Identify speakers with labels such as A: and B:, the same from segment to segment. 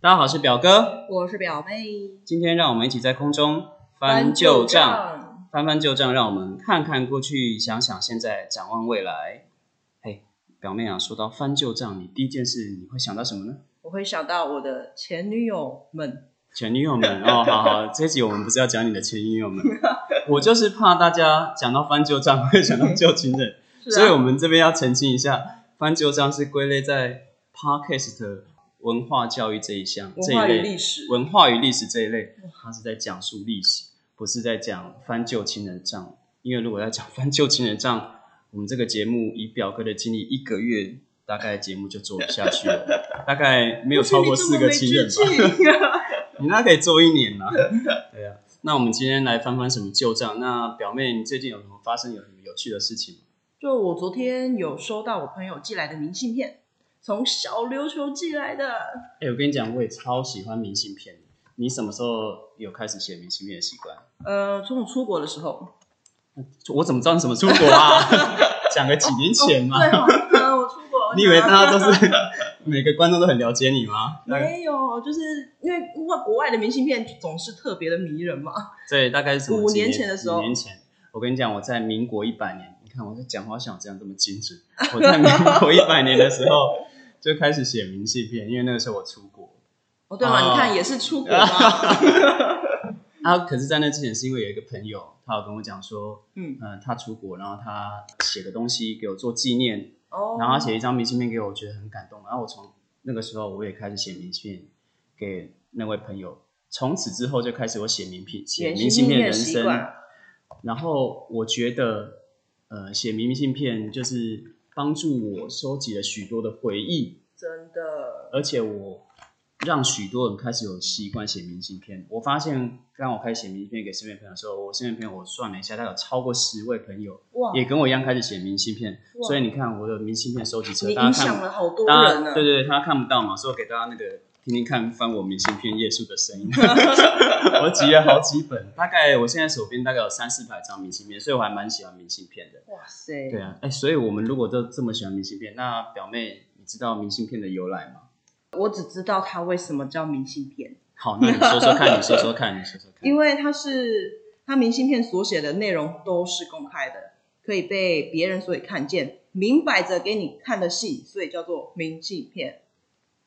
A: 大家好，我是表哥。
B: 我是表妹，
A: 今天让我们一起在空中翻旧账，，翻翻旧账，让我们看看过去，想想现在，展望未来。嘿，表妹啊，说到翻旧账，你第一件事你会想到什么呢？
B: 我会想到我的前女友们，
A: 前女友 们哦，好好，这一集我们不是要讲你的前女友们，我就是怕大家讲到翻旧账会想到旧情人，
B: 是啊
A: 所以我们这边要澄清一下，翻旧账是归类在 podcast 文化教育这一项，这一
B: 文化与
A: 类
B: 历史，
A: 文化与历史这一类，它是在讲述历史，不是在讲翻旧情人账。因为如果要讲翻旧情人账，我们这个节目以表哥的经历，一个月大概节目就做不下去 了，大概没有超过四个情人吧。
B: 吧？
A: 你那可以做一年呐、 对啊，那我们今天来翻翻什么旧账？那表妹，你最近有什么发生有什么有趣的事情吗？
B: 就我昨天有收到我朋友寄来的明信片，从小琉球寄来的，
A: 哎、我跟你讲，我也超喜欢明信片的。你什么时候有开始写明信片的习 惯？
B: 呃，从我出国的时候，
A: 我怎么知道你什么出国啊？ 讲个几年前嘛。
B: 对哦，呃，我出国，
A: 你以为大家都是每个观众都很了解你吗？
B: 没有，就是因为因为国外的明信片总是特别的迷人嘛，
A: 对，大概是什么
B: 五
A: 几
B: 年前的时候
A: 五年前，我跟你讲，我在民国一百年，你看我在讲话像我这样这么精准。我在民国一百年的时候就开始写明信片，因为那个时候我出国。
B: 哦，对嘛，
A: 哦
B: 你看也是出国 嘛，
A: 啊，可是，在那之前是因为有一个朋友，他有跟我讲说，
B: 嗯，
A: 嗯、他出国，然后他写个东西给我做纪念，
B: 哦，
A: 然后他写一张明信片给我，我觉得很感动。然后我从那个时候我也开始写明信片给那位朋友，从此之后就开始我写名片、写
B: 写
A: 明信片
B: 片
A: 人
B: 习
A: 生。
B: 惯，
A: 然后我觉得，呃，写明信片就是帮助我收集了许多的回忆，
B: 真的，
A: 而且我让许多人开始有习惯写明信片。我发现，当我开始写明信片给身边朋友的时候，我身边朋友我算了一下，大概有超过十位朋友
B: 哇，
A: 也跟我一样开始写明信片。
B: 哦哇
A: 所以你看，我的明信片收集车，
B: 你
A: 大家
B: 影
A: 看
B: 响了好多
A: 大家
B: 人啊呢。
A: 对对对，他看不到嘛，所以我给大家那个听听看翻我明信片页数的声 音。我集了好几本，大概我现在手边大概有三四百张明信片，所以我还蛮喜欢明信片的。
B: 哇塞！
A: 对啊，哎，所以我们如果都这么喜欢明信片，那表妹你知道明信片的由来吗？
B: 我只知道它为什么叫明信片，
A: 好，那你说说看，你说说看，你说说看。
B: 因为它是它明信片所写的内容都是公开的，可以被别人所以看见，明摆着给你看的信，所以叫做明信片。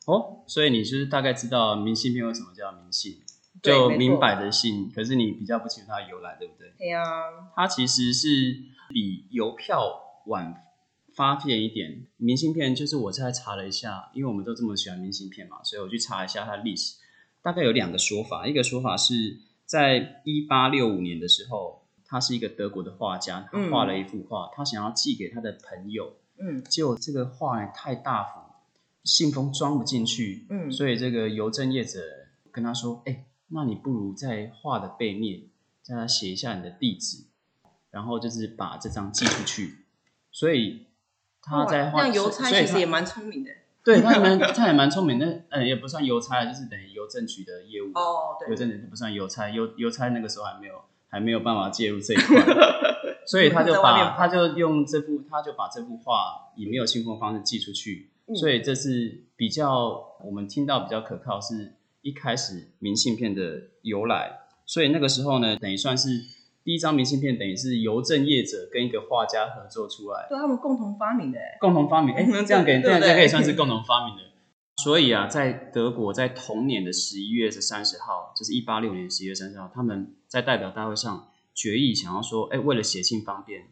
A: 哦，所以你就是大概知道明信片为什么叫明信，
B: 对
A: 就
B: 没错
A: 明摆的信，可是你比较不清楚它的由来，对不对？
B: 对啊呀、
A: 它其实是比邮票晚发片一点。明信片就是我在查了一下，因为我们都这么喜欢明信片嘛，所以我去查一下它的历史。大概有两个说法，一个说法是在一八六五年的时候，他是一个德国的画家，他
B: 嗯
A: 画了一幅画，他想要寄给他的朋友，
B: 嗯，
A: 结果这个画太大幅，信封装不进去，
B: 嗯
A: 所以这个邮政业者跟他说，哎、那你不如在画的背面叫他写一下你的地址，然后就是把这张寄出去，所以他在
B: 哇
A: 画，
B: 那
A: 所
B: 邮差
A: 以
B: 其
A: 他
B: 实也蛮聪明的。
A: 对他也蛮他也蛮聪明的，呃，也不算邮差，就是等于邮政局的业务，
B: 哦，对，
A: 邮政局不算邮差，邮邮差那个时候还没有还没有办法介入这一 块，所以他就
B: 在外面
A: 把
B: 跑
A: 他就用这幅他就把这幅画以没有信封方式寄出去，
B: 嗯
A: 所以这是比较我们听到比较可靠是一开始明信片的由来，所以那个时候呢，等于算是第一张明信片，等于是邮政业者跟一个画家合作出来。
B: 对他们共同发明的。
A: 共同发明，哎、
B: 嗯
A: 这样给这
B: 对
A: 样
B: 对
A: 这样可以算是共同发明的。 所以啊，在德国，在同年的十一月是三十号，就是一八六年十一月三十号，他们在代表大会上决议，想要说，哎、为了写信方便，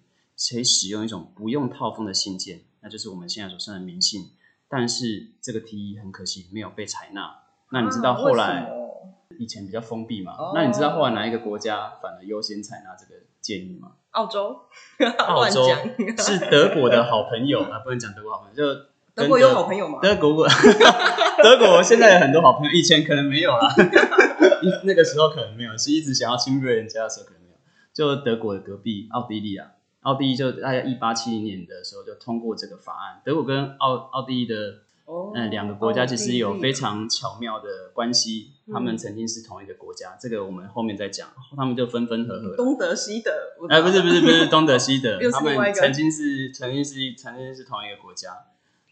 A: 可以使用一种不用套封的信件，那就是我们现在所称的明信。但是这个提议很可惜没有被采纳。那你知道
B: 啊
A: 后
B: 为
A: 来、
B: 什么
A: 以前比较封闭嘛？
B: 哦
A: 那你知道后来哪一个国家反而优先采纳这个建议吗？
B: 澳洲？
A: 澳洲
B: 乱讲
A: 是德国的好朋友啊，不能讲德国好朋友，就跟
B: 德国有好朋友吗
A: 德国， 德国现在有很多好朋友，以前可能没有啦， 一那个时候可能没有，是一直想要侵略人家的时候可能没有。就德国的隔壁奥地利啊，奥地利就大概一八七零年的时候就通过这个法案，德国跟奥奥地利的
B: 哦，
A: 嗯，两个国家其实有非常巧妙的关系，
B: 嗯
A: 他们曾经是同一个国家，这个我们后面再讲，他们就分分合合了。
B: 东德西德，我
A: 哎、不是不是不是东德西德
B: 又，是
A: 他
B: 另外
A: 们
B: 一个
A: 曾经是曾经是曾经是同一个国家，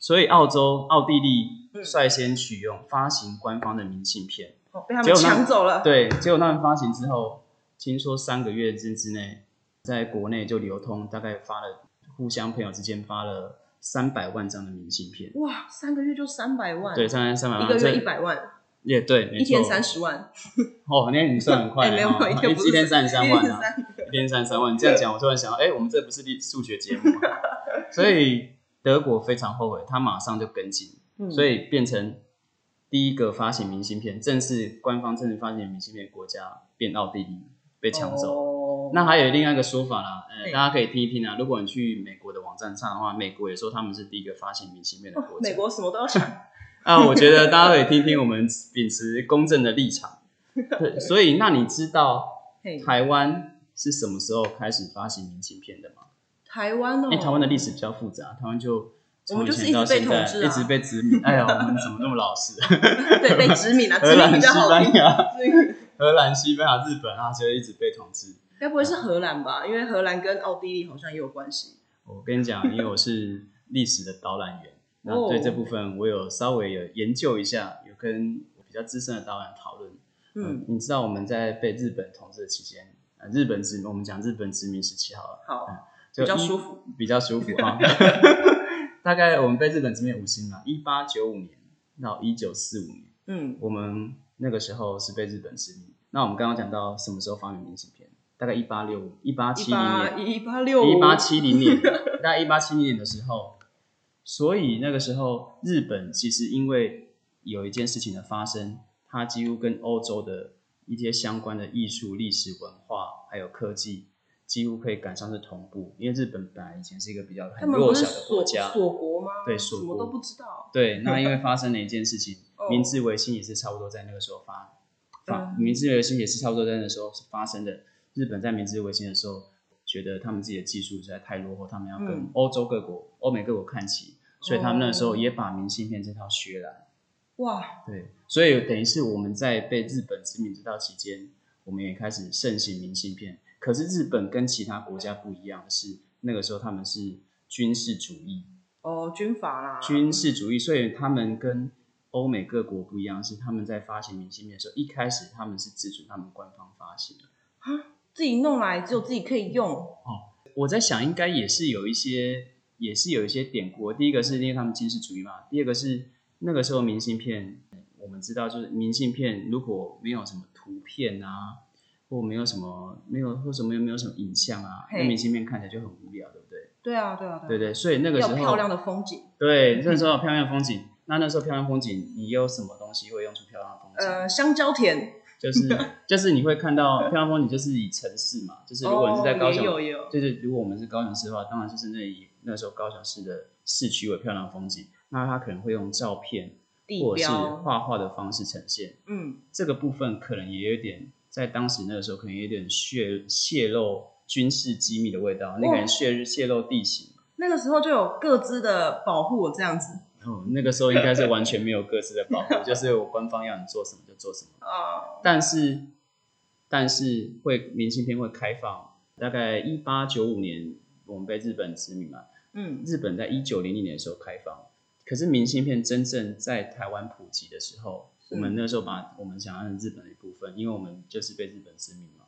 A: 所以澳洲、奥地
B: 嗯
A: 利率先取用发行官方的明信片，
B: 哦，被他
A: 结
B: 们
A: 果呢
B: 抢走了。
A: 对，结果他们发行之后，听说三个月之之内，在国内就流通，大概发了互相朋友之间发了三百万张的明信片，
B: 哇，三个月就三百万，
A: 对，三三百
B: 一
A: 万，
B: 个
A: 这
B: 月一百万，
A: 也对，没
B: 一天
A: 错
B: 三十万，
A: 哦，那你算很快
B: 哎、
A: 了哦，
B: 没有，一天不是
A: 一天三十三万
B: 一天
A: 啊，
B: 三
A: 一天三十三万，你这样讲，我突然想到，哎，我们这不是历数学节目吗？所以德国非常后悔，他马上就跟进，
B: 嗯
A: 所以变成第一个发行明信片，正式官方正式发行明信片的国家变奥地利被抢走。
B: 哦、
A: 那还有另外一个说法啦，呃，
B: 对
A: 大家可以听一听啊。如果你去美国的网站上的话，美国也说他们是第一个发行明信片的
B: 哦
A: 国家。
B: 美国什么都要抢，
A: 啊，我觉得大家可以听听我们秉持公正的立 场。对，所以那你知道
B: 嘿，
A: 台湾是什么时候开始发行明信片的吗？
B: 台湾哦，
A: 因为哎台湾的历史比较复杂，台湾就
B: 我
A: 从
B: 们
A: 以
B: 就是
A: 前到现在
B: 一直被统治啊
A: 一直被殖 民。哎呀，我们怎么那么老实？
B: 对被殖民啊了，殖
A: 荷
B: 民
A: 兰、
B: 比
A: 西
B: 较好
A: 班
B: 听，
A: 牙、
B: 殖民
A: 荷兰、西班牙、日本啊，就一直被统治。
B: 该不会是荷兰吧？因为荷兰跟奥地利好像也有关系。
A: 我跟你讲，啊因为我是历史的导览员，那
B: 哦
A: 对这部分我有稍微有研究一下，有跟比较资深的导览讨论。呃
B: 嗯，，
A: 你知道我们在被日本统治的期间，呃，日本殖我们讲日本殖民时期好了，
B: 好，
A: 就
B: 比较
A: 一
B: 舒服，
A: 比较舒服 啊。大概我们被日本殖民五十年嘛，一八九五年到一九四五年，
B: 嗯，
A: 我们那个时候是被日本殖民。那我们刚刚讲到什么时候发明明信片？大概一八六五、一八七零
B: 一八
A: 年、
B: 一八六
A: 一八七零年，大概一八七零年的时候，所以那个时候日本其实因为有一件事情的发生，它几乎跟欧洲的一些相关的艺术、历史文化还有科技。几乎可以赶上是同步，因为日本本来以前是一个比较
B: 他
A: 很
B: 们不
A: 弱
B: 是
A: 小的国
B: 锁
A: 家，
B: 锁国吗？
A: 对锁
B: 什么
A: 国
B: 都不知道。
A: 对，那因为发生了一件事情
B: 哦，
A: 明治维新也是差不多在那个时候发发，
B: 嗯
A: 明治维新也是差不多在那个时候是发生的。日本在明治维新的时候，觉得他们自己的技术实在太落后，他们要跟
B: 嗯
A: 欧洲各国、欧美各国看齐，所以他们那时
B: 哦
A: 候也把明信片这套学来。
B: 哇，
A: 对，所以等于是我们在被日本殖民这道期间，我们也开始盛行明信片。可是日本跟其他国家不一样的是，那个时候他们是军事主义，
B: 哦，军阀啦，
A: 军事主义，所以他们跟欧美各国不一样，是他们在发行明信片的时候，一开始他们是自主他们官方发行的。
B: 啊，自己弄来只有自己可以用。
A: 我在想，应该也是有一些，也是有一些典故。第一个是因为他们军事主义嘛，第二个是那个时候明信片，我们知道就是明信片如果没有什么图片啊，或没有什么没有或什么又没有什么影像啊，那
B: 嘿
A: 明信片看起来就很无聊，对不对？
B: 对啊，对啊，
A: 对
B: 对
A: 对，所以那个
B: 啊，
A: 时
B: 要
A: 候
B: 漂亮的风景，
A: 对，那时候有漂亮的风景，那那时候漂亮的风景，你有什么东西会用出漂亮的风景？
B: 呃，香蕉田。
A: 就是就是你会看到 漂亮风景，就是以城市嘛，就是如果你是在高雄，
B: 哦、也有也有，
A: 就是如果我们是高雄市的话，当然就是那以那时候高雄市的市区为漂亮的风景，那它可能会用照片
B: 地
A: 或者是
B: 标，
A: 画画的方式呈现，
B: 嗯，
A: 这个部分可能也有点在当时那个时候可能有点泄泄露军事机密的味道，那个人泄泄露地形。
B: 那个时候就有各自的保护我这样子
A: 哦，那个时候应该是完全没有各自的保护，就是我官方要你做什么就做什么。
B: 啊，
A: 但是，但是会明信片会开放，大概一八九五年我们被日本殖民嘛，
B: 嗯，
A: 日本在一九零零年的时候开放，可是明信片真正在台湾普及的时候，我
B: 嗯
A: 们那时候把我们想要的日本的一部分，因为我们就是被日本殖民嘛，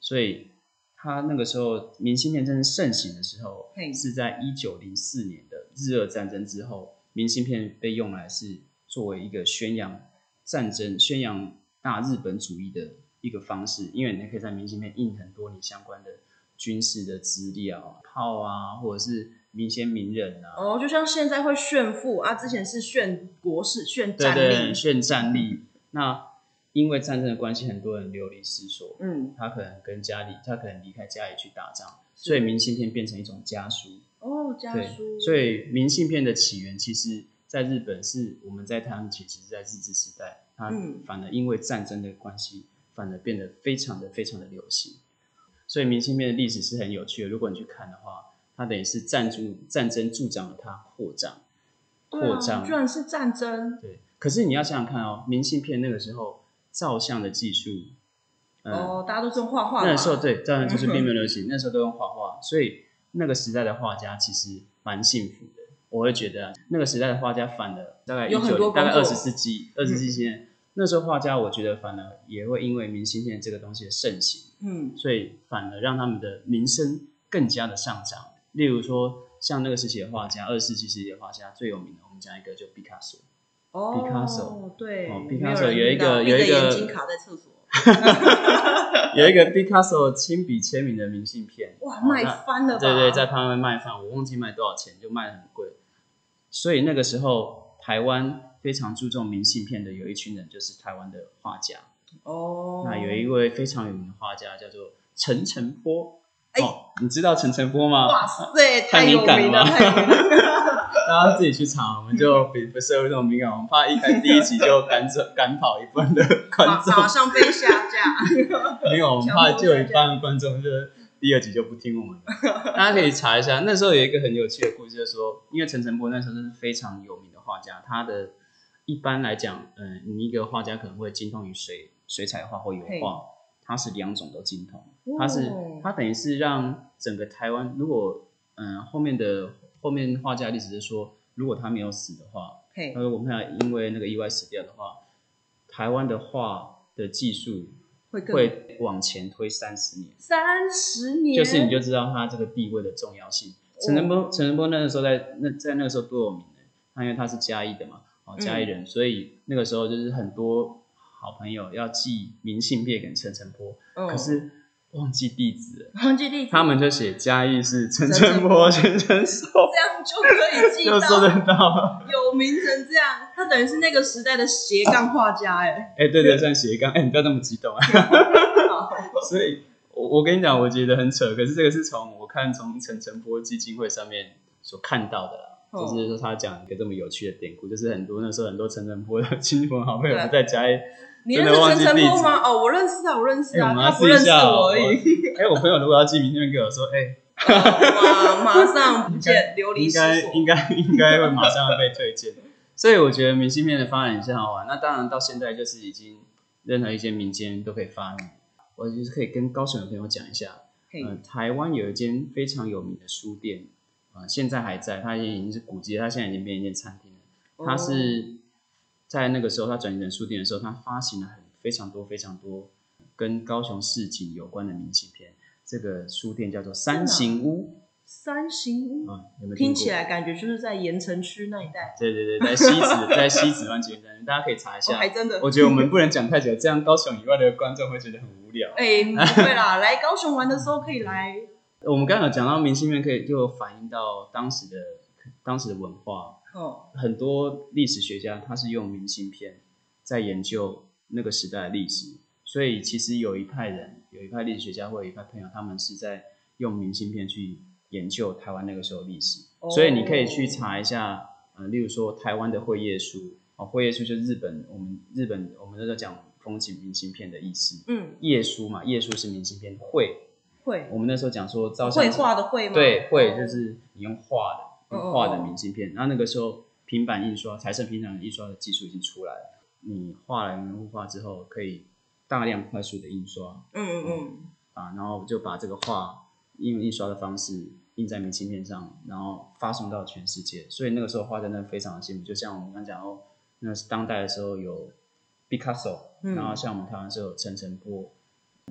A: 所以他那个时候明信片真正盛行的时候
B: 嘿，
A: 是在一九零四年的日俄战争之后，明信片被用来是作为一个宣扬战争、宣扬大日本主义的一个方式，因为你可以在明信片印很多你相关的军事的资料、炮啊，或者是明些名人啊，
B: 哦，就像现在会炫富啊，之前是炫国事、炫
A: 对
B: 战力，
A: 对，炫战力。那因为战争的关系，很多人流离失所，
B: 嗯，
A: 他可能跟家里，他可能离开家里去打仗，所以明信片变成一种家书。
B: 哦，家
A: 对
B: 书，，
A: 所以明信片的起源其实。在日本是我们在台湾，其实是在日治时代，它
B: 嗯
A: 反而因为战争的关系，反而变得非常的非常的流行。所以明信片的历史是很有趣的，如果你去看的话，它等于是赞助战争助长了它扩张。
B: 对
A: 扩
B: 啊，
A: 张
B: 居然是战争，
A: 对，可是你要想想看哦，明信片那个时候照相的技术，嗯，
B: 哦，大家都是用画画嘛，
A: 那时候对照相技术
B: 嗯
A: 并没有流行，那时候都用画画，所以那个时代的画家其实蛮幸福的。我会觉得啊那个时代的画家反而大概一
B: 有很
A: 九
B: 多
A: 大概
B: 工
A: 二
B: 作
A: 十世纪二十世纪前、那时候画家，我觉得反而也会因为明信片这个东西的盛行，
B: 嗯
A: 所以反而让他们的名声更加的上涨。例如说，像那个时期的画家，二十世纪时期的画家最有名的，我们讲一个就毕卡 索。
B: 哦
A: Picasso
B: 对
A: 哦
B: 没
A: ，Picasso
B: 人
A: 有一
B: 遇到
A: 个
B: 闭
A: 有
B: 着
A: 一个
B: 眼睛卡在厕所，
A: 有一个 Picasso 亲笔签名的明信片，
B: 哇，
A: 哦
B: 卖
A: 那
B: 翻了吧？
A: 对对，在拍卖卖饭，我忘记卖多少钱，就卖得很贵。所以那个时候，台湾非常注重明信片的有一群人，就是台湾的画家。
B: 哦，
A: 那有一位非常有名的画家叫做陈澄波。
B: 哎
A: 哦，你知道陈澄波吗？
B: 哇塞，
A: 太
B: 太
A: 敏
B: 有
A: 感
B: 名
A: 了
B: 了，太有 名了。
A: 大家自己去查，我们就不不涉入这种敏感，我们怕一开第一集就赶走赶跑一部分的观
B: 马
A: 众。
B: 马上被下架，
A: 没有，我们怕就有一半观众就是第二集就不听我们的。大家可以查一下，那时候有一个很有趣的故事，就是说，因为陈澄波那时候是非常有名的画家，他的一般来讲，嗯、你一个画家可能会精通于水水彩画或油
B: 嘿
A: 画，他是两种都精通， 他是
B: 哦
A: 他等于是让整个台湾，如果嗯、后面的后面画家的历史是说，如果他没有死的话，
B: 嘿
A: 他，说我们俩因为那个意外死掉的话，台湾的画的技术
B: 会更
A: 会往前推三十年，
B: 三十年，
A: 就是你就知道他这个地位的重要性。陈澄波，陈澄波那个时候在那在那个时候多有名呢，他因为他是嘉义的嘛，哦嘉义人，所以那个时候就是很多好朋友要寄明信片给陈澄波，
B: 嗯
A: 可是忘记地址了，
B: 忘记地址，
A: 他们就写嘉义是陈
B: 陈
A: 澄
B: 澄
A: 波
B: 波
A: 先生收，
B: 这样就可以记
A: 就收
B: 到
A: 得到。
B: 有名成这样，他等于是那个时代的斜杠画家哎。
A: 哎，对对，算斜杠，哎，你不要那么激动啊。
B: 好
A: 所以，我我跟你讲，我觉得很扯，可是这个是从我看从陈晨波基金会上面所看到的啦。
B: 哦
A: 就是说，他讲一个这么有趣的典故，就是很多那时候很多陈晨波的亲朋好朋友
B: 对
A: 在家里，
B: 你
A: 真
B: 认
A: 的
B: 识
A: 忘
B: 陈
A: 记
B: 晨
A: 地址
B: 波吗？哦，我认识啊，我认识
A: 哎、
B: 啊，
A: 我们要
B: 他不
A: 试一
B: 认识
A: 下哦
B: 我而已。
A: 我哎、我朋友如果要寄明信片给我说，哎、
B: 哇，马上不见，流离
A: 应
B: 失
A: 该
B: 所。
A: 应该应该会马上要被推荐。所以我觉得明信片的发展也是很好玩。那当然到现在就是已经任何一间民间都可以发明。我就是可以跟高雄的朋友讲一下，
B: 嘿
A: 呃，台湾有一间非常有名的书店，啊、现在还在，它也已经是古街，它现在已经变一间餐厅了。
B: 哦
A: 它是在那个时候，它转型成书店的时候，它发行了很非常多非常多跟高雄市景有关的明信片。这个书店叫做三行屋，
B: 三行屋，
A: 啊、有没有听
B: 啊嗯听
A: 过
B: 起来感觉就是在盐城区那一带。
A: 对对对，在西子，在西子湾捷运站，大家可以查一
B: 我
A: 下
B: 哦还。真的，
A: 啊我觉得我们不能讲太久，这样高雄以外的观众会觉得很无聊。
B: 哎，不会啦，来高雄玩的时候可以来。
A: 我们刚刚有讲到明信片，可以就反映到当时的当时的文化，
B: 哦，
A: 很多历史学家他是用明信片在研究那个时代的历史，所以其实有一派人，有一派历史学家或有一派朋友，他们是在用明信片去研究台湾那个时候的历史。
B: 哦
A: 所以你可以去查一下，呃，例如说台湾的会页书，哦，会页书就是日本，我们日本我们那时候讲风景明信片的意思，
B: 嗯，
A: 页书嘛，页书是明信片，会，
B: 会
A: 我们那时候讲说照相
B: 绘
A: 机
B: 画的绘吗？
A: 对，会就是你用画的，
B: 哦
A: 用画的明信片。然后那个时候平板印刷、彩色平板印刷的技术已经出来了，你画了人物画之后，可以大量快速的印刷
B: 嗯嗯嗯，
A: 啊，然后就把这个画用印刷的方式印在明信片上，然后发送到全世界。所以那个时候画家真的非常的幸福，就像我们刚讲哦，那是当代的时候有 Picasso，
B: 嗯
A: 然后像我们台湾是有陈澄波，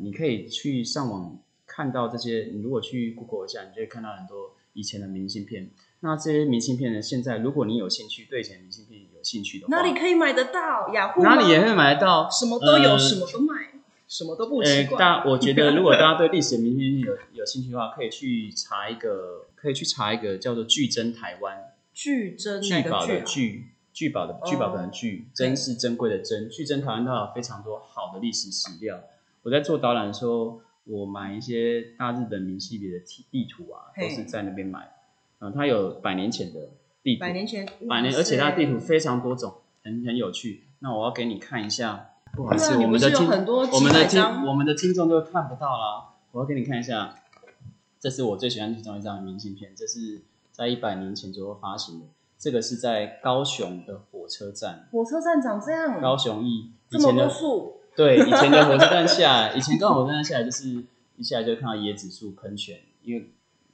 A: 你可以去上网看到这些。你如果去 Google 一下，你就会看到很多以前的明信片。那这些明信片呢，现在如果你有兴趣，对以前的明信片有兴趣的话，
B: 哪里可以买得到？雅虎
A: 嗯
B: 吗
A: 哪里也会买得到，
B: 什么都有，
A: 呃
B: 什么都卖，什么都不
A: 呃
B: 奇，怪。
A: 大我觉得如 果大家对历史的明信片有有兴趣的话，可以去查一个，可以去查一个叫做《巨珍台湾
B: 巨》珍
A: 聚
B: 那
A: 宝的
B: 个巨啊
A: 聚。聚宝的聚宝
B: 哦
A: 盆的聚，珍是珍贵的珍。巨珍台湾它有非常多好的历史史料。我在做导览的时候，我买一些大日本明系列的地地图啊，
B: 嘿
A: 都是在那边买。嗯，它有百年前的地
B: 啊，
A: 图，
B: 百年前，
A: 百年，
B: 哇塞
A: 而且它的地图非常多种，很很有趣。那我要给你看一下，不好意
B: 对
A: 思，
B: 啊你
A: 我们的
B: 不是有
A: 听
B: 很多
A: 我们的
B: 几百张
A: 听我们的听众都看不到啦。我要给你看一下，这是我最喜欢的其中一张明信片，这是在一百年前左右发行的。这个是在高雄的火车站，
B: 火车站长这样，
A: 高雄一以
B: 这么
A: 前
B: 多
A: 的
B: 树，
A: 对以前的火车站下来，以前刚好火车站下来就是一下来就看到椰子树喷泉，因为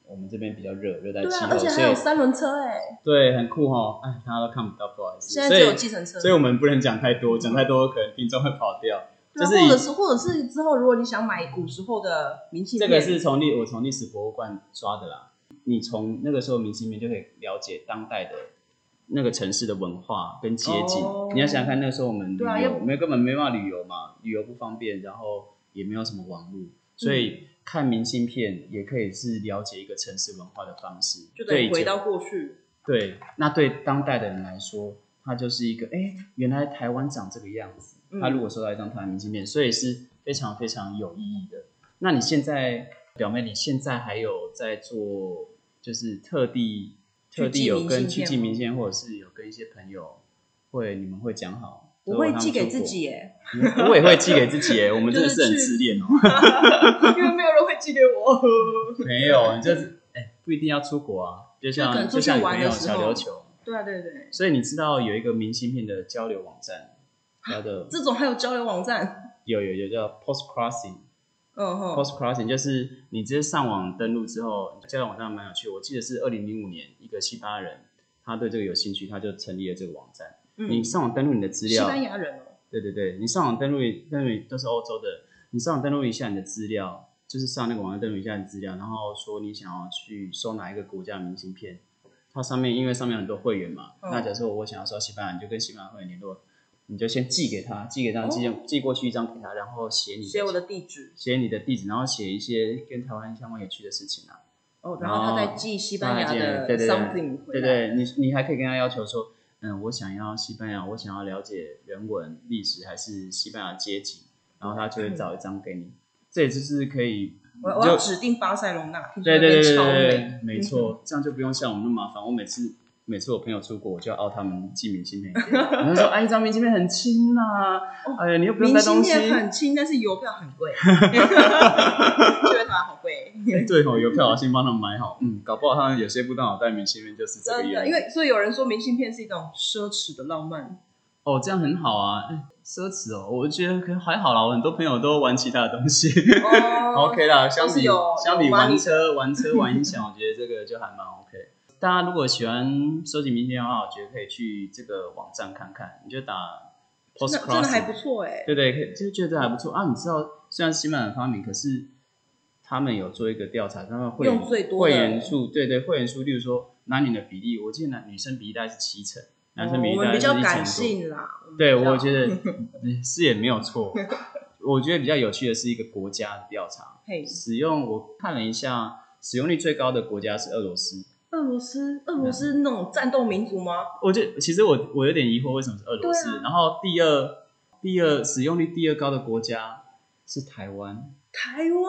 A: 我们这边比较热，热带
C: 对
A: 气
C: 啊，
A: 候，
C: 而且还
A: 所以
C: 有三轮车哎，
A: 对很酷哈。哎，大家都看不到，不好意思。
C: 现在只有
A: 所
C: 计程车
A: 以，，所以我们不能讲太多，讲太多可能听众会跑掉。
B: 对
A: 就
B: 啊
A: 是
B: 或者是或者是之后，如果你想买古时候的明信
A: 这
B: 片，
A: 个是从历我从历史博物馆抓的啦。你从那个时候明信片就可以了解当代的那个城市的文化跟街景。
B: 哦
A: 你要想想看，那个时候我们旅
B: 对啊
A: 游，
B: 要
A: 我们根本没办法旅游嘛，旅游不方便，然后也没有什么网络，所
B: 嗯
A: 以看明信片也可以是了解一个城市文化的方式。
B: 就等
A: 对
B: 于
A: 以前
B: 回到过去，
A: 对，那对当代的人来说，它就是一个哎，诶原来台湾长这个样子。
B: 嗯
A: 他如果收到一张台湾明信片，所以是非常非常有意义的。那你现在，表妹，你现在还有在做，就是特地
B: 去
A: 特地
B: 寄
A: 有
B: 明
A: 跟
B: 信
A: 去
B: 片
A: 寄
B: 吗
A: 明信片，或者是有跟一些朋友会，你们会讲好，
B: 我
A: 就让
B: 会
A: 他们
B: 寄给
A: 出
B: 自
A: 国
B: 己。耶，
A: 你们我也会寄给自己耶，我们
B: 就
A: 真的
B: 是
A: 是很
B: 去
A: 自恋哦。
B: 因为没有人会寄给 我。
A: 没有，你就是哎，不一定要出国啊，就
B: 可
A: 像
B: 能出
A: 就
B: 去
A: 像你
B: 玩
A: 朋
B: 的
A: 友
B: 时
A: 小
B: 候
A: 琉球。
B: 对啊，对对，
A: 所以你知道有一个明信片的交流网站，叫做
B: 啊这种还有交流网站，
A: 有有有叫 Post Crossing。
B: 嗯哼，
A: Post Crossing 就是你直接上网登录之后，交流网站蛮有趣。我记得是二零零五年，一个西班牙人，他对这个有兴趣，他就成立了这个网站。你
B: 嗯，
A: 上网登录你的资
B: 西
A: 料，
B: 班牙人哦，
A: 对对对，你上网登录登录都是欧洲的，你上网登录一下你的资料，就是上那个网站登录一下你的资料，然后说你想要去收哪一个国家的明信片，它上面因为上面有很多会员嘛，
B: 嗯
A: 那假设我想要收西班牙，你就跟西班牙会员联络，你就先寄给他，寄给他，
B: 哦
A: 寄寄过去一张给他，然后写你
B: 写我的地址，
A: 写你的地址，然后写一些跟台湾相关有趣的事情啊。
B: 哦，然后他再寄西班牙
A: 然后
B: 的
A: 对对对
B: something
A: 对
B: 回
A: 对，
B: 来，
A: 你你还可以跟他要求说，嗯，我想要西班牙，我想要了解人文、历史还是西班牙阶级，然后他就会找一张给你。这也就是可以，
B: 嗯我
A: 你
B: 我要
A: 就
B: 指定巴塞隆纳，听说
A: 对
B: 那
A: 对对
B: 边
A: 对
B: 超
A: 对
B: 美，嗯
A: 对，没错，这样就不用像我们那么麻烦。我每次每次我朋友出国，我就要熬他们寄明信片给 我，然后说，哎，一张明信片很轻呐、
B: 哦
A: 哎呀，你又不用
B: 明
A: 带
B: 信
A: 东西，
B: 片很轻，但是邮票很 贵，觉得它好贵，
A: 哎对哦，邮票我先帮他们买好，嗯，搞不好他们有些不当好带明信片就是这个
B: 真
A: 原
B: 的，
A: 因
B: 因。为所以有人说明信片是一种奢侈的浪 漫，
A: 哦，这样很好啊，哎奢侈哦，我觉得可还好啦，我很多朋友都玩其他的东西。
B: 哦
A: OK 啦，相
B: 都
A: 比
B: 是有
A: 相比
B: 有 money
A: 玩车、玩车、玩音响，我觉得这个就还蛮 OK。大家如果喜欢收集明信片的话，我觉得可以去这个网站看看，你就打 Post
B: 那真的还不
A: Crossing，
B: 错哎，
A: 对对，可以就觉得还不错啊。你知道，虽然是西班牙人发明，可是他们有做一个调查，他们会员
B: 用最多
A: 会
B: 的
A: 员数，对对，会员数，例如说男女的比例，我记得男女生比例大概是七成，男生比
B: 哦
A: 例
B: 我
A: 大概是一成
B: 们比较感
A: 多。
B: 性啦，们
A: 对，
B: 比较
A: 我觉得嗯是也没有错。我觉得比较有趣的是一个国家的调查，
B: 嘿，
A: 使用我看了一下，使用率最高的国家是俄罗斯。
B: 俄罗斯俄罗
A: 嗯
B: 斯那种战斗民族吗？
A: 我就其实我我有点疑惑，为什么是俄罗斯？
B: 对啊
A: 然后第二第二使用率第二高的国家是台湾，
B: 台湾，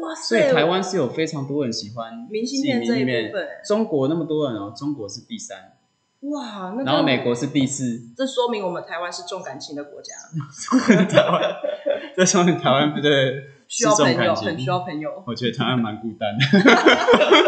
B: 哇
A: 所以
B: 塞，
A: 台湾是有非常多人喜欢
B: 明信片
A: 寄
B: 这一
A: 明信
B: 部分，
A: 中国那么多人哦，中国是第三，
B: 哇，那这
A: 然后美国是第四，
B: 这说明我们台湾是重感情的国家，
A: 台湾， 这说明台湾不对，
B: 需要
A: 是这
B: 朋
A: 种
B: 友，
A: 感情
B: 很需要朋友。
A: 我觉得他还蛮孤单的，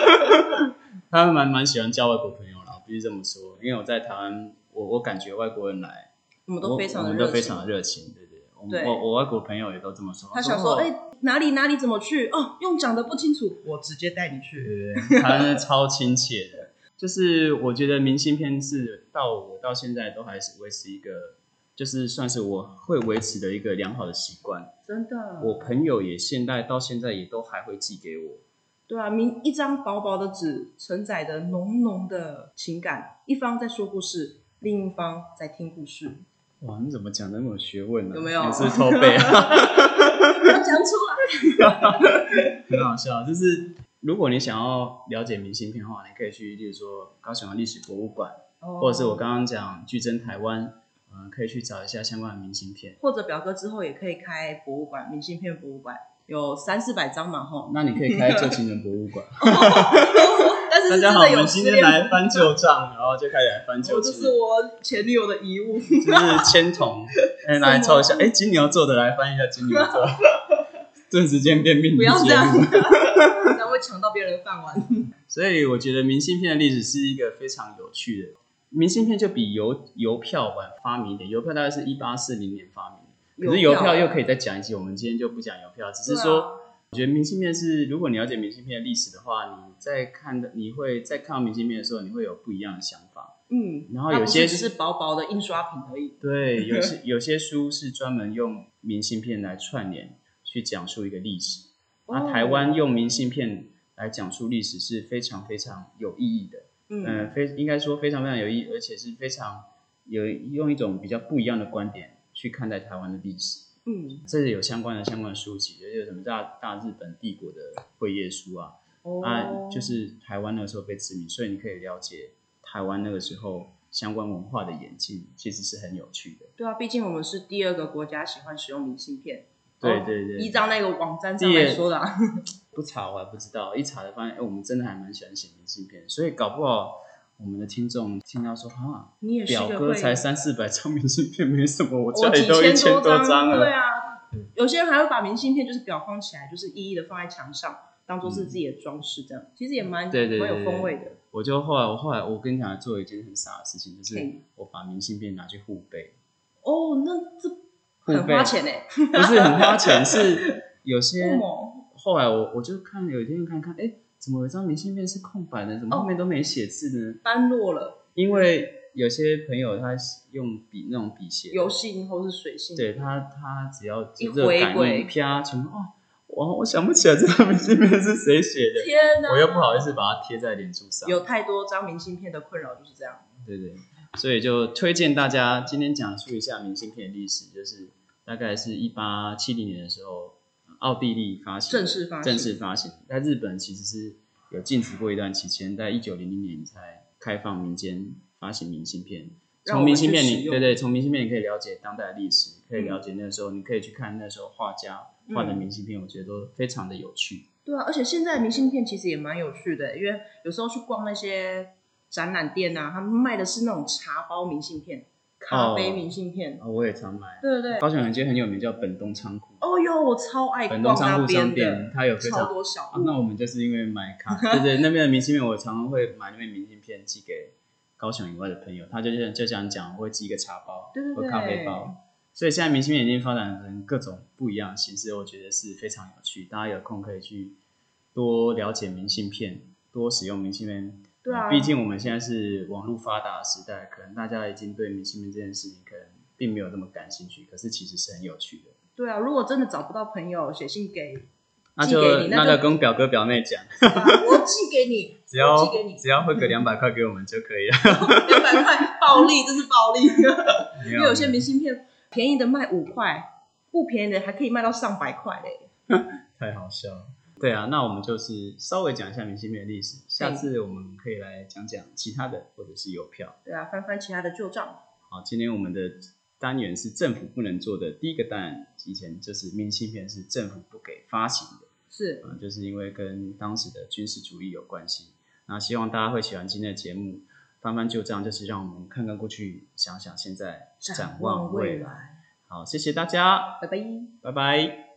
A: 他们蛮蛮喜欢交外国朋友啦，我必须这么说。因为我在台湾，我我感觉外国人来，
B: 我们
A: 我
B: 都非常
A: 我们
B: 的热
A: 都
B: 情。
A: 非常的热情，对对对。我们
B: 对
A: 我我外国朋友也都这么说。
B: 他想说，
A: 哦
B: 哎、哪里哪里怎么去？哦，用讲的不清楚，我直接带你
A: 对
B: 去。
A: 对对，他是超亲切的。就是我觉得明信片是到我到现在都还是维持一个，就是算是我会维持的一个良好的习惯。
B: 真的，
A: 我朋友也现在到现在也都还会寄给我，
B: 对啊，明一张薄薄的纸，承载着浓浓的情感，一方在说故事，另一方在听故事，
A: 哇，你怎么讲得那么有学问呢、
B: 有没有
A: 你是偷背啊，
B: 不要讲出来。
A: 很好笑。就是如果你想要了解明信片的话，你可以去，例如说高雄的历史博物馆，
B: 哦
A: 或者是我，刚刚讲巨珍台湾，嗯、可以去找一下相关的明信片。
B: 或者表哥之后也可以开博物馆，明信片博物馆有三四百张嘛吼，
A: 那你可以开旧情人博物 馆。
B: 但是
A: 大
B: 是
A: 家
B: 真
A: 好，
B: 的
A: 我
B: 有
A: 们
B: 失
A: 今
B: 恋
A: 天来翻旧账，然后就开始来翻旧
B: 我这
A: 情
B: 是
A: 人，
B: 我前女友的遗物。
A: 就是签筒，哎、拿来凑一下。哎、金牛座的来翻一下金牛 座， 顿时间变命理
B: 不要这
A: 节
B: 样，
A: 目。
B: 这样会抢到别人的 饭碗。
A: 所以我觉得明信片的历史是一个非常有趣的。明信片就比邮邮票晚发明一点，邮票大概是一八四零年发明的，可是邮票又可以再讲一些，我们今天就不讲邮票，只是说
B: 啊对啊
A: 我觉得明信片是，如果你了解明信片的历史的话，你在看的，你会在看到明信片的时候，你会有不一样的想法。
B: 嗯，
A: 然后
B: 它
A: 有
B: 不
A: 些
B: 是只是薄薄的印刷品而已。
A: 对，有 些有些书是专门用明信片来串联，去讲述一个历史。那、
B: 哦
A: 啊台湾用明信片来讲述历史是非常非常有意义的，
B: 嗯
A: 嗯，非应该说非常非常有意义，而且是非常有用一种比较不一样的观点去看待台湾的历史。
B: 嗯，
A: 这里有相关的相关的书籍，也有什么大大日本帝国的会页书啊，
B: 哦，
A: 啊，就是台湾那个时候被殖民，所以你可以了解台湾那个时候相关文化的演进，其实是很有趣的。
B: 对啊，毕竟我们是第二个国家喜欢使用明信片。
A: 对
B: 哦
A: 对对，
B: 依照那个网站上来说的、啊，
A: 不查我还不知道，一查才发现，哎，我们真的还蛮喜欢写明信片，所以搞不好我们的听众听到说，哈，
B: 你也是
A: 表
B: 个
A: 哥
B: 会，
A: 才三四百张明信片，没什么，我家
B: 我
A: 里
B: 几
A: 都一千
B: 千
A: 多张
B: 对
A: 了。
B: 啊，有些人还会把明信片就是裱框起来，就是一一的放在墙上，当做是自己的装饰，这样、其实也蛮
A: 对对对
B: 蛮有风味的。
A: 我就后来，我后来我跟你讲，做了一件很傻的事情，就是
B: 嘿
A: 我把明信片拿去互背，
B: 哦，那这
A: 互
B: 很
A: 背
B: 花钱哎、
A: 不是很花钱，是有 些
B: 欸，哦，
A: 后来我我就看有一天看看，哎，怎么有一张明信片是空白的？怎么后面
B: 哦
A: 都没写字呢？
B: 般若了，
A: 因为有些朋友他用笔那种笔写的，
B: 油性或是水性，
A: 对他他只要
B: 一
A: 热
B: 回
A: 感
B: 归
A: 应啪，全部哦，我我想不起来这张明信片是谁写的，
B: 天哪，
A: 我又不好意思把它贴在脸书上，
B: 啊有太多张明信片的困扰就是这样。
A: 对对，所以就推荐大家今天讲述一下明信片的历史，就是大概是一八七零年的时候，奥地利发行的
B: 正式发行
A: 正式发行，在日本其实是有禁止过一段期间，在一九零零年才开放民间发行明信片。
B: 让
A: 从
B: 我们
A: 明
B: 去
A: 信片
B: 使
A: 你
B: 用
A: 对对，从明信片你可以了解当代的历史，可以了解那时候，你可以去看那时候画家画的
B: 嗯
A: 明信片，我觉得都非常的有趣。
B: 对啊，而且现在的明信片其实也蛮有趣的，因为有时候去逛那些展览店啊，他们卖的是那种茶包明信片、咖啡明信片。
A: 啊，我也常买。
B: 对对对，
A: 高雄有一间很有名叫本东仓库，
B: 哦哟，我超爱
A: 本
B: 逛
A: 东仓
B: 那
A: 库商
B: 边
A: 店
B: 的，，
A: 它有非
B: 超
A: 常
B: 多小
A: 啊，
B: 物。
A: 那我们就是因为买卡，对对，那边的明信片，我常常会买那边明信片寄给高雄以外的朋友，他就是就像讲，我会寄一个茶包，
B: 对对
A: 或咖啡
B: 对
A: 包。所以现在明信片已经发展成各种不一样的形式，我觉得是非常有趣。大家有空可以去多了解明信片，多使用明信片。
B: 对啊
A: 毕竟我们现在是网络发达的时代，可能大家已经对明信片这件事情可能并没有那么感兴趣，可是其实是很有趣的。
B: 对啊，如果真的找不到朋友，写信给，
A: 那
B: 寄给
A: 就
B: 你那
A: 那
B: 就
A: 就跟表哥表妹讲。
B: 啊 我寄给你
A: 只要
B: 寄给你
A: 只要汇个两百块给我们就可以了。
B: 两百块，暴利，这是暴利。
A: 没
B: 因为有些明信片便宜的卖五块，不便宜的还可以卖到上百块嘞。
A: 太好笑了。对啊，那我们就是稍微讲一下明信片的历史，下次我们可以来讲讲其他的或者是邮票。
B: 对啊，翻翻其他的旧账。
A: 好，今天我们的单元是政府不能做的第一个单元，以前就是明信片是政府不给发行的。
B: 是，
A: 啊，就是因为跟当时的军事主义有关系。那希望大家会喜欢今天的节目，翻翻旧账，就是让我们看看过去，想想现在，展望未来。
B: 来。
A: 好，谢谢大家，
B: 拜拜。
A: 拜拜。